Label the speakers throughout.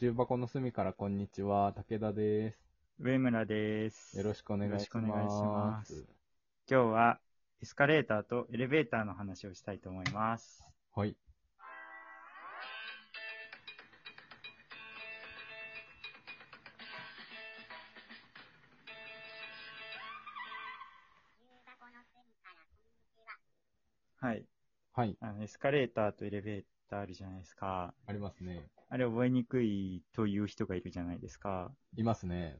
Speaker 1: 中箱の隅からこんにちは、武田で
Speaker 2: 上村です。
Speaker 1: す。よろしくお願いします。
Speaker 2: よろしくお願いします今日はエスカレーターとエレベーターの話をしたいと思います。
Speaker 1: はい。
Speaker 2: はい。
Speaker 1: はい、
Speaker 2: あの、エスカレーターとエレベーターあるじゃないですか。
Speaker 1: ありますね。
Speaker 2: あれ覚えにくいという人がいるじゃないですか。
Speaker 1: いますね。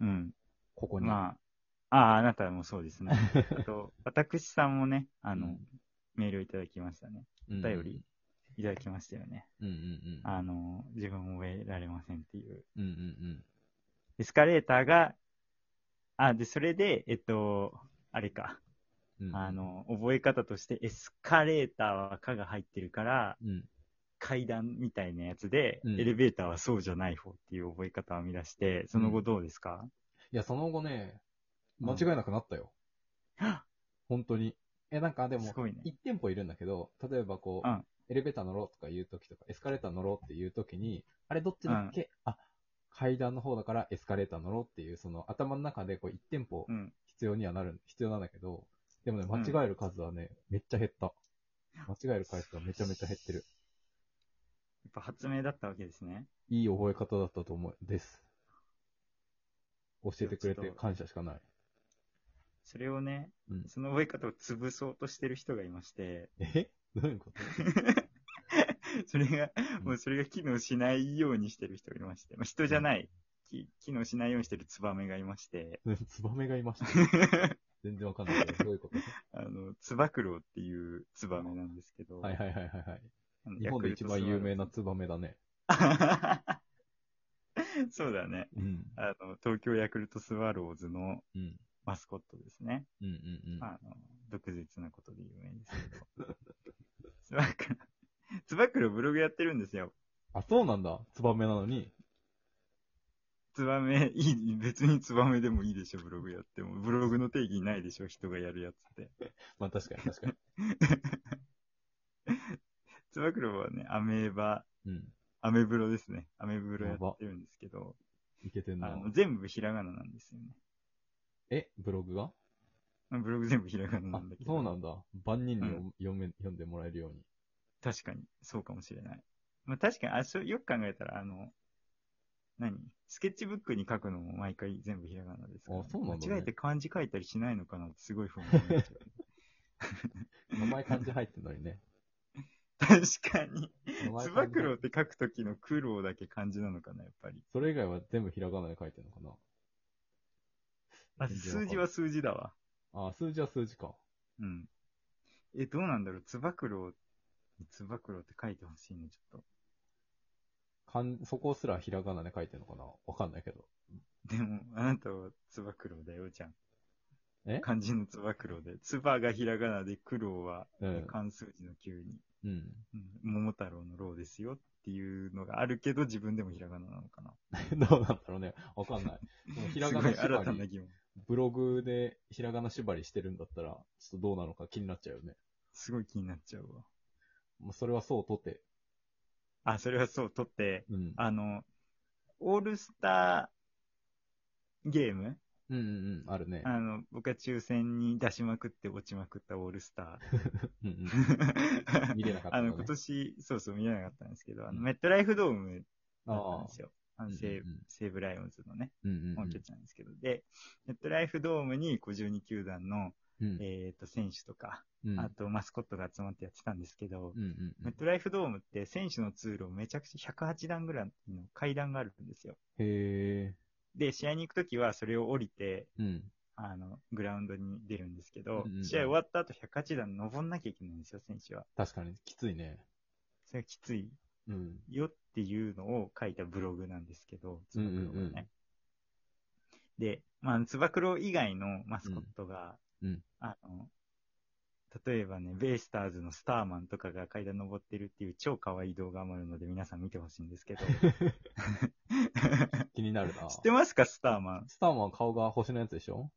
Speaker 2: うん。
Speaker 1: ここに。
Speaker 2: まあ、ああ、あなたもそうで すね。あと、私さんもね、あの、
Speaker 1: うん
Speaker 2: メールをいただきましたね。
Speaker 1: うん
Speaker 2: お便りいただきましたよね。
Speaker 1: うんうん
Speaker 2: あの、自分も覚えられませんっていう。
Speaker 1: うん。うんうん
Speaker 2: エスカレーターが、あ、で、それで、えっと、あれか。
Speaker 1: うん。うん
Speaker 2: あ、の、覚え方として、エスカレーターはかが入ってるから、
Speaker 1: うん。
Speaker 2: 階段みたいなやつで、
Speaker 1: うん
Speaker 2: エレベーターはそうじゃない方っていう覚え方を生み出して、その後どうですか、
Speaker 1: いや、その後ね、
Speaker 2: うん
Speaker 1: 間違いなくなったよ。本当に。え、なんかでも
Speaker 2: す、ごいね。
Speaker 1: 1店舗いるんだけど、例えばこう、
Speaker 2: うん
Speaker 1: エレベーター乗ろうとか言うときとか、エスカレーター乗ろうっていうときに、あれどっちだっけ、あ、階段の方だからエスカレーター乗ろうっていう、その頭の中でこう1店舗
Speaker 2: うん。
Speaker 1: 必要にはなる、必要なんだけど、でもね、間違える数はね、めっちゃ減った。間違える回数はめちゃめちゃ減ってる。
Speaker 2: やっぱ発明だったわけですね。
Speaker 1: いい覚え方だったと思う、です。教えてくれ
Speaker 2: いやち
Speaker 1: て
Speaker 2: ょっと
Speaker 1: 感謝しかない。
Speaker 2: それをね、
Speaker 1: うん
Speaker 2: その覚え方を潰そうとしてる人がいまして、
Speaker 1: えどういうこと
Speaker 2: それが、
Speaker 1: うん
Speaker 2: もうそれが機能しないようにしてる人がいまして、まあ、人じゃない、き機能しないようにしてるツバメがいま して、
Speaker 1: ツバメがいま した。全然わかんないけど、どういうこと
Speaker 2: あの、つば九郎っていうツバメなんですけど、
Speaker 1: はいはいはいはいはい。
Speaker 2: あの
Speaker 1: 日本で一番有名。
Speaker 2: ヤ
Speaker 1: な
Speaker 2: クル
Speaker 1: ツバメだね。
Speaker 2: トスワローズ そうだね。
Speaker 1: うん。
Speaker 2: あの、東京ヤクルトスワローズの
Speaker 1: うん。
Speaker 2: マスコットですね。
Speaker 1: うんうんうん。
Speaker 2: あの、毒舌なことで有名ですけど。つばくろ、 つばくろブログやってるんですよ。
Speaker 1: あ、そうなんだ。ツバメなのに。
Speaker 2: ツバメ、いい、別にツバメでもいいでしょ、ブログやっても。ブログの定義ないでしょ、人がやるやつって。
Speaker 1: まあ確かに確かに。
Speaker 2: つばくろはね、アメーバ、
Speaker 1: うん。
Speaker 2: アメブロですね。アメブロやってるんですけど、
Speaker 1: いけてん
Speaker 2: あ
Speaker 1: な。
Speaker 2: の、全部ひらがななんですよね。
Speaker 1: え、ブログが
Speaker 2: ブログ全部ひらがなな
Speaker 1: あ
Speaker 2: んだけ、ど。
Speaker 1: そうなんだ。万人に
Speaker 2: う
Speaker 1: 読め、読んでもらえるように。
Speaker 2: 確かに、そうかもしれない。まあ、確かに、あ、そう、よく考えたら、あの、何スケッチブックに書くのも毎回全部ひらがなですから、
Speaker 1: あそうなんだね
Speaker 2: 間違えて漢字書いたりしないのかなってすごい不安になっ ちゃう。
Speaker 1: 名前漢字入ってんのにね。
Speaker 2: 確かに。
Speaker 1: 名前
Speaker 2: つ
Speaker 1: 漢
Speaker 2: ば
Speaker 1: 字
Speaker 2: 九郎って書くときの苦労だけ漢字なのかな、やっぱり。
Speaker 1: それ以外は全部ひらがなで書いてるのか
Speaker 2: あ、
Speaker 1: 全然わかんない
Speaker 2: 数字は数字だわ。
Speaker 1: な。あ、数字は数字か。
Speaker 2: うん。え、どうなんだろうつば九郎、つば九郎って書いてほしいね、ちょっ
Speaker 1: かんそこすらひらがなで書いてるのかなわかんないけど。
Speaker 2: と。でも、あなたはつば九郎だよ、じゃん。
Speaker 1: え
Speaker 2: 漢字のつば九郎で。つばがひらがなで、九郎は
Speaker 1: うん。
Speaker 2: 関数字の9に、
Speaker 1: うん。
Speaker 2: うん桃太郎の郎ですよっていうのがあるけど、自分でもひらがななのかな。
Speaker 1: どうなんだろうね。わかんない。でもひらがな
Speaker 2: すごい新
Speaker 1: 縛
Speaker 2: たな
Speaker 1: り、
Speaker 2: 疑問。
Speaker 1: ブログでひらがな縛りしてるんだったら、ちょっとどうなのか気になっちゃうよね。
Speaker 2: すごい気になっちゃうわ。
Speaker 1: もうそれはそうとて。
Speaker 2: あ、それはそう、取って、
Speaker 1: うん。
Speaker 2: あの、オールスターゲーム
Speaker 1: うんうんうん、あるね。
Speaker 2: あの、僕は抽選に出しまくって落ちまくったオールスタ
Speaker 1: うんうん。
Speaker 2: ー。
Speaker 1: 見れなかった
Speaker 2: あ
Speaker 1: のね
Speaker 2: の、今年、そうそう、見れなかったんですけど、あの、
Speaker 1: うん
Speaker 2: メットライフドームだったん
Speaker 1: ああ
Speaker 2: で。すよ。あ
Speaker 1: う
Speaker 2: の
Speaker 1: んうんうん
Speaker 2: 西武西武ライオンズのね、
Speaker 1: うんうん
Speaker 2: 本拠地なんですけど。で、メットライフドームに52球団の、
Speaker 1: うん。うん
Speaker 2: えっと、選手とか、
Speaker 1: うん
Speaker 2: あとマスコットが集まってやってたんですけど、
Speaker 1: うんうんう
Speaker 2: メ
Speaker 1: ん
Speaker 2: ッ。トライフドームって選手の通路めちゃくちゃ108段ぐらいの階段があるんですよ。
Speaker 1: へえ。
Speaker 2: で、試合に行くときはそれを降りて、
Speaker 1: うん。
Speaker 2: あの、グラウンドに出るんですけど、
Speaker 1: うんうんうん
Speaker 2: 試合終わった後108段登んなきゃいけないんですよ、選手は。
Speaker 1: 確かに、きついね。
Speaker 2: それがきつい
Speaker 1: うん。
Speaker 2: よっていうのを書いたブログなんですけど、つば九郎がね。
Speaker 1: うんうんうん
Speaker 2: で、まあ、つば九郎以外のマスコットが、
Speaker 1: うんうん
Speaker 2: あの、例えばね、ベイスターズのスターマンとかが階段登ってるっていう超可愛い動画もあるので皆さん見てほしいん ですけど。
Speaker 1: 気になるな。
Speaker 2: 知ってますか、スターマン。
Speaker 1: スターマン顔が星のやつでしょ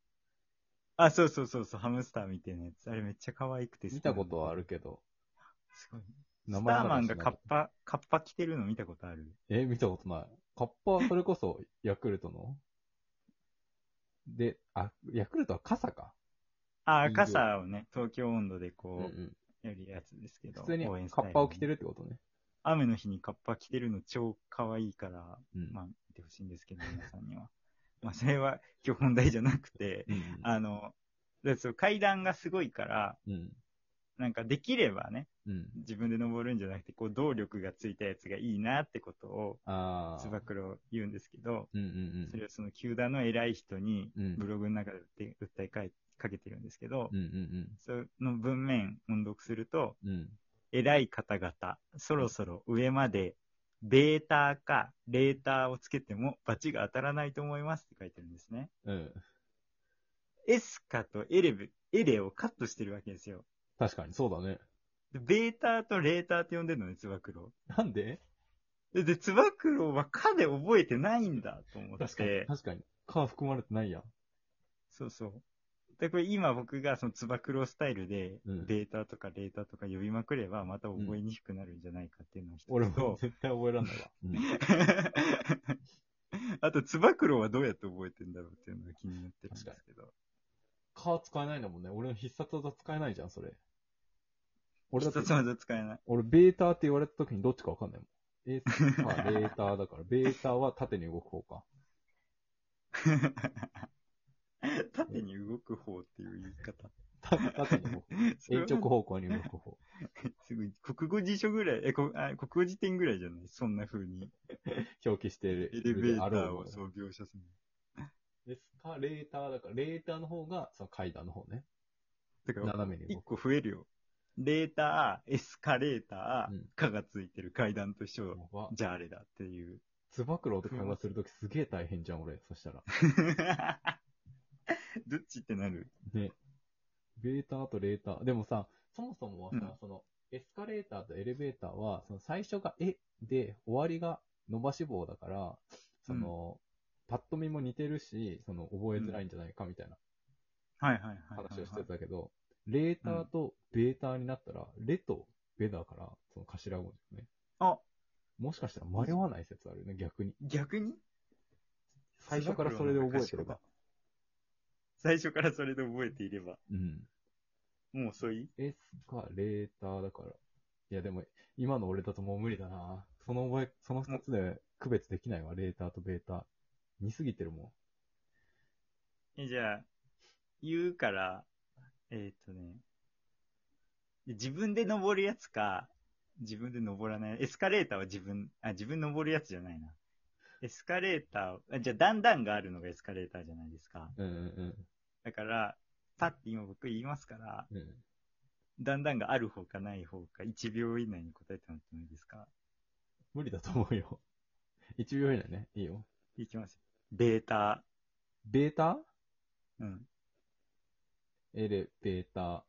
Speaker 2: あ、そうそうそうそう、ハムスターみたいなやつ。あれめっちゃ可愛くて好き
Speaker 1: 見たことはあるけど。
Speaker 2: すごい。
Speaker 1: 名
Speaker 2: スタ
Speaker 1: 前
Speaker 2: ー
Speaker 1: ま
Speaker 2: マ
Speaker 1: で
Speaker 2: ン
Speaker 1: し
Speaker 2: が
Speaker 1: ない
Speaker 2: カッパ、カッパ着てるの見たことある
Speaker 1: え、見たことない。カッパはそれこそヤクルトので、あ、ヤクルトは傘か。い
Speaker 2: あ
Speaker 1: い
Speaker 2: あ、
Speaker 1: よ
Speaker 2: 傘をね、東京温度で
Speaker 1: うんう
Speaker 2: こ
Speaker 1: ん。
Speaker 2: う、やるやつですけど。
Speaker 1: 普通に
Speaker 2: 応援ス
Speaker 1: カ
Speaker 2: タイ
Speaker 1: ッ
Speaker 2: ルね
Speaker 1: パを着てるってことね。
Speaker 2: 雨の日にカッパ着てるの超可愛いから、
Speaker 1: うん。
Speaker 2: まあ、見てほしいんですけど、皆さんには。まあ、それは今日本題じゃなくて、
Speaker 1: うん
Speaker 2: あの、でそう階段がすごいから、
Speaker 1: うん。うん。
Speaker 2: なんかできればね、
Speaker 1: うん。
Speaker 2: 自分で登るんじゃなくて、こう、動力がついたやつがいいなってことを、
Speaker 1: ああ。
Speaker 2: つば九郎言うんですけど、
Speaker 1: うんうん
Speaker 2: それをその球団の偉い人に、
Speaker 1: うん。うん。
Speaker 2: ブログの中で訴え訴えかえかけてるんですけど、
Speaker 1: うんうん
Speaker 2: その文面音読すると、
Speaker 1: うん。うん。
Speaker 2: 偉い方々、そろそろ上まで、ベーターかレーターをつけてもバチが当たらないと思いますって書いてるんですね。
Speaker 1: うん。
Speaker 2: エスカとエレブ、エレをカットしてるわけですよ。
Speaker 1: 確かに、そうだね。
Speaker 2: でベーターとレーターって呼んでるのね、つば九郎。
Speaker 1: なんで
Speaker 2: でで、つば九郎はかで覚えてないんだと思っ
Speaker 1: 確かに、
Speaker 2: て。
Speaker 1: 確かに。蚊含まれてないやん。
Speaker 2: そうそう。で、これ今僕がそのつば九郎スタイルで、
Speaker 1: うん
Speaker 2: ベーターとかレーターとか呼びまくれば、また覚えにくくなるんじゃないかっていうのを一つと、
Speaker 1: 俺も絶対覚えらんないわ。うん。
Speaker 2: あと、つば九郎はどうやって覚えてんだろうっていうのが気になってるんですけど。
Speaker 1: 蚊使えないんだもんね。俺の必殺技使えないじゃん、それ。俺だ
Speaker 2: 一
Speaker 1: って
Speaker 2: つ、まず使えない。
Speaker 1: 俺、ベーターって言われた時にどっちかわかんないもん。エース はレーターだから、ベーターは縦に動く方か。
Speaker 2: 縦に動く方っていう言い 方。
Speaker 1: た縦に動く。
Speaker 2: それは
Speaker 1: 延直方向に動く方。
Speaker 2: すごい。国語辞書ぐらい、え、こあ国語辞典ぐらいじゃないそんな風に。
Speaker 1: 表記して
Speaker 2: エ
Speaker 1: る。
Speaker 2: レベーター
Speaker 1: も
Speaker 2: を
Speaker 1: の
Speaker 2: そう描写する。
Speaker 1: ですか、レーターだから、レーターの方が、その階段の方ね。
Speaker 2: だから、
Speaker 1: 斜めに
Speaker 2: 一
Speaker 1: 動く。
Speaker 2: 個増えるよ。レーター、エスカレータ
Speaker 1: う
Speaker 2: ー
Speaker 1: ん、
Speaker 2: かがついてる階段と一緒。
Speaker 1: 方は、
Speaker 2: じゃああれだっていう。
Speaker 1: つば九郎と会話するときすげえ大変じゃん、俺。そしたら。
Speaker 2: どっちってなる
Speaker 1: ね。ベーターとレーター。でもさ、そもそもはさ、
Speaker 2: うん
Speaker 1: その、エスカレーターとエレベーターは、その最初がえで、終わりが伸ばし棒だから、その、パッと見も似てるし、その、覚えづらいんじゃないかみたいな
Speaker 2: はいはいはいはいはい。
Speaker 1: 話をしてたけど、レーターとベーターになったら、レとベだから、その頭文字ね。
Speaker 2: あ
Speaker 1: もしかしたら迷わない説あるよね、逆に。
Speaker 2: 逆に
Speaker 1: 最初からそれで覚えてれば。
Speaker 2: 最初からそれで覚えていれば、
Speaker 1: うん。
Speaker 2: もう遅い
Speaker 1: エスカレーターだから。いやでも、今の俺だともう無理だな。その覚え、その二つで区別できないわ、レーターとベータ。似すぎてるも
Speaker 2: えじゃあ、言うから、えーっとね、自分で登るやつか、自分で登らない。エスカレーターは自分、あ、自分登るやつじゃないな。エスカレーター、あじゃあ段々があるのがエスカレーターじゃないですか。
Speaker 1: ん。うんうん
Speaker 2: だから、パッて今僕言いますから、
Speaker 1: うん。うん、
Speaker 2: 段々がある方かない方か、1秒以内に答えてもらってもいいですか
Speaker 1: 無理だと思うよ。1秒以内ね。いいよ。
Speaker 2: いきますよ。ベータ、
Speaker 1: ベータ
Speaker 2: うん。
Speaker 1: エレベーター。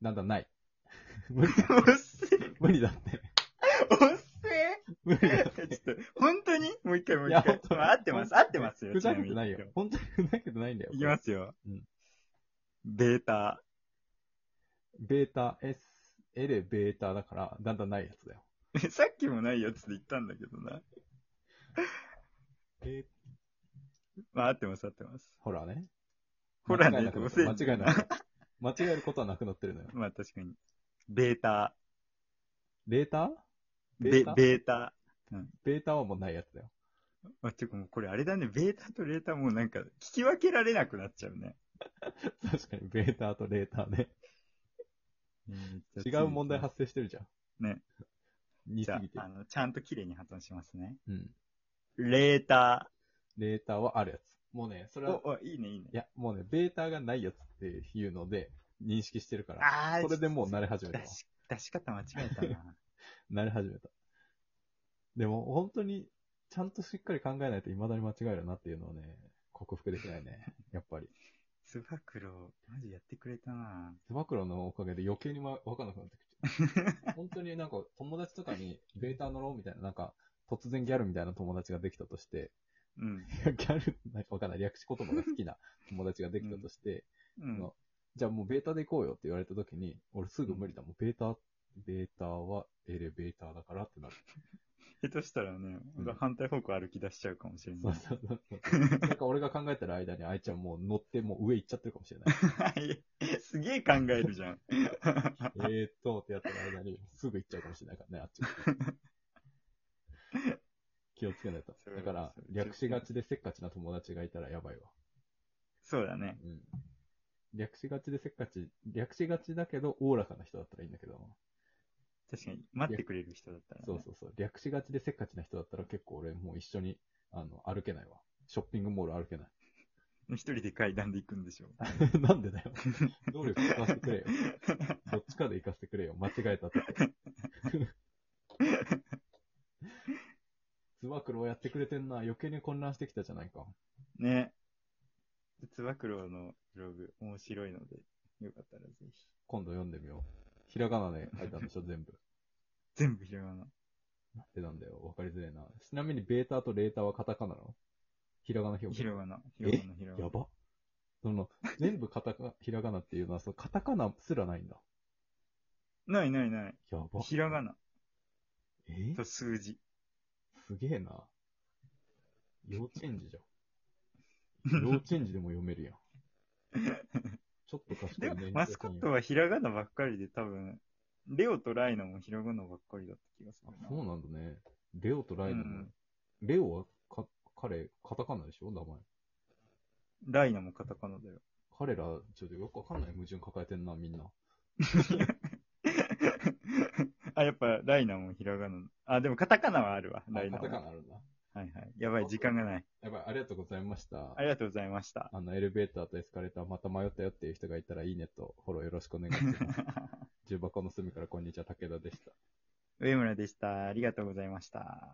Speaker 1: なんだ、ない。 無理だ。
Speaker 2: おっせえ
Speaker 1: 無理だって。
Speaker 2: おっせ
Speaker 1: 無理だっ
Speaker 2: えち
Speaker 1: て。
Speaker 2: ょっと、本当にもう一回もう
Speaker 1: い
Speaker 2: 一
Speaker 1: や
Speaker 2: 回
Speaker 1: 本。当
Speaker 2: まあ合ってます、合ってますよ。
Speaker 1: ふざ
Speaker 2: ち
Speaker 1: け
Speaker 2: み
Speaker 1: て
Speaker 2: に
Speaker 1: ないよ。本当にふざけてないんだよ。
Speaker 2: いきますよ。
Speaker 1: うん
Speaker 2: ベータ、
Speaker 1: ベータ、S、エレベーターだから、だんだんないやつだよ。
Speaker 2: えさっきもないやつで言ったんだけどな。
Speaker 1: えー、
Speaker 2: まあ合ってます、合ってます。
Speaker 1: ほらね。
Speaker 2: ほら
Speaker 1: 間
Speaker 2: ね
Speaker 1: 違いなくなった間違いなく。間違えることはなくなってるのよ。
Speaker 2: まあ確かに。ベータ、
Speaker 1: レーター
Speaker 2: ベ
Speaker 1: ベータ
Speaker 2: ベータ。
Speaker 1: ベータはもうないやつだよ。
Speaker 2: まあ、てかもうこれあれだね、ベータとレータもうなんか聞き分けられなくなっちゃうね。
Speaker 1: 確かに、ベータとレーターね。違う問題発生してるじゃん。
Speaker 2: ね。
Speaker 1: 似
Speaker 2: じ
Speaker 1: す
Speaker 2: ゃ
Speaker 1: ぎて
Speaker 2: あ、あ
Speaker 1: る。
Speaker 2: の、ちゃんと綺麗に発音しますね。
Speaker 1: うん。
Speaker 2: レータ
Speaker 1: レーターはあるやつ。もうね、それ
Speaker 2: ー。
Speaker 1: は、
Speaker 2: お、お、いいね、いいね
Speaker 1: い。や、もうね、ベータがないやつっていうので、認識してるから、
Speaker 2: あー
Speaker 1: それでもう慣れ始めたわ
Speaker 2: 出。し、出し方間違えた な。
Speaker 1: 慣れ始めた。でも、本当に、ちゃんとしっかり考えないと未だに間違えるなっていうのをね、克服できないね。やっぱり。
Speaker 2: つば九郎、マジやってくれたな。
Speaker 1: つば九郎のおかげで余計にわわかんなくなってき て。本当になんか友達とかにベータ乗ろうみたいな、なんか突然ギャルみたいな友達ができたとして、
Speaker 2: うん。
Speaker 1: いやギャル、なんかわかんない、略し言葉が好きな 友達ができたとして、
Speaker 2: うん。
Speaker 1: じゃあもうベータで行こうよって言われた時に、俺すぐ無理だ、もうベータベーターはエレベーターだからってなる。
Speaker 2: 下手したら
Speaker 1: う
Speaker 2: ね、
Speaker 1: ん
Speaker 2: 俺反対方向歩き出しちゃうかもしれ
Speaker 1: そ
Speaker 2: な
Speaker 1: う
Speaker 2: い。
Speaker 1: そうそうそう。なんか俺が考えてる間に愛ちゃんもう乗ってもう上行っちゃってるかもしれない。
Speaker 2: すげえ考えるじゃん。
Speaker 1: えーっと、ってやってる間にすぐ行っちゃうかもしれないからね、あっちも。気をつけないと。だから
Speaker 2: そう、
Speaker 1: 略しがちでせっかちな友達がいたらやばいわ。
Speaker 2: そうだね。
Speaker 1: うん。略しがちでせっかち、略しがちだけど、おおらかな人だったらいいんだけど、
Speaker 2: 確かに、待ってくれる人だったら、ね。
Speaker 1: そうそうそう。略しがちでせっかちな人だったら結構俺もう一緒に、あの、歩けないわ。ショッピングモール歩けない。
Speaker 2: 一人で階段で行くんでしょ。
Speaker 1: なんでだよ。能力使わせてくれよ。どっちかで行かせてくれよ。間違えたって。 つば九郎やってくれてんな。余計に混乱してきたじゃないか。
Speaker 2: ね。つば九郎のブログ、面白いので、よかったらぜひ。
Speaker 1: 今度読んでみよう。ひらがなで書いたんでしょ、全部。
Speaker 2: 全部ひらがな。
Speaker 1: なんでなんだよ。わかりづれえな。ちなみにベータとレータはカタカナなのひらがな表
Speaker 2: ひ
Speaker 1: 現。
Speaker 2: らがな。ひらがな、ひらが
Speaker 1: や
Speaker 2: な。
Speaker 1: ば。その、全部カタカ、ひらがなっていうのは、そのカタカナすらないんだ。
Speaker 2: ないないない。
Speaker 1: やば。
Speaker 2: ひらがな
Speaker 1: え
Speaker 2: と数字。
Speaker 1: すげえな。幼稚園児じ ゃん。幼稚園児でも読めるやん。ちょっと確
Speaker 2: で
Speaker 1: か
Speaker 2: も
Speaker 1: に、ね。
Speaker 2: マスコットはひらがなばっかりで、多分、レオとライナもひらがなばっかりだった気がす
Speaker 1: あ
Speaker 2: るな。
Speaker 1: そうなんだね。レオとライナも。
Speaker 2: うん
Speaker 1: レオはか、彼、カタカナでしょ名前。
Speaker 2: ライナもカタカナだよ。
Speaker 1: 彼ら、ちょっとよくわかんない矛盾抱えてんな、みんな。
Speaker 2: あ、やっぱ、ライナもひらがな。あ、でもカタカナはあるわ。
Speaker 1: あ
Speaker 2: ライナ
Speaker 1: カ
Speaker 2: は。
Speaker 1: タカナあるんだ。
Speaker 2: はいはい。やばい、時間がない。
Speaker 1: やばい、ありがとうございました。
Speaker 2: ありがとうございました。
Speaker 1: あの、エレベーターとエスカレーターまた迷ったよっていう人がいたら、いいねとフォローよろしくお願いし ます。重箱の隅からこんにちは、武田でした。
Speaker 2: 上村でした。ありがとうございました。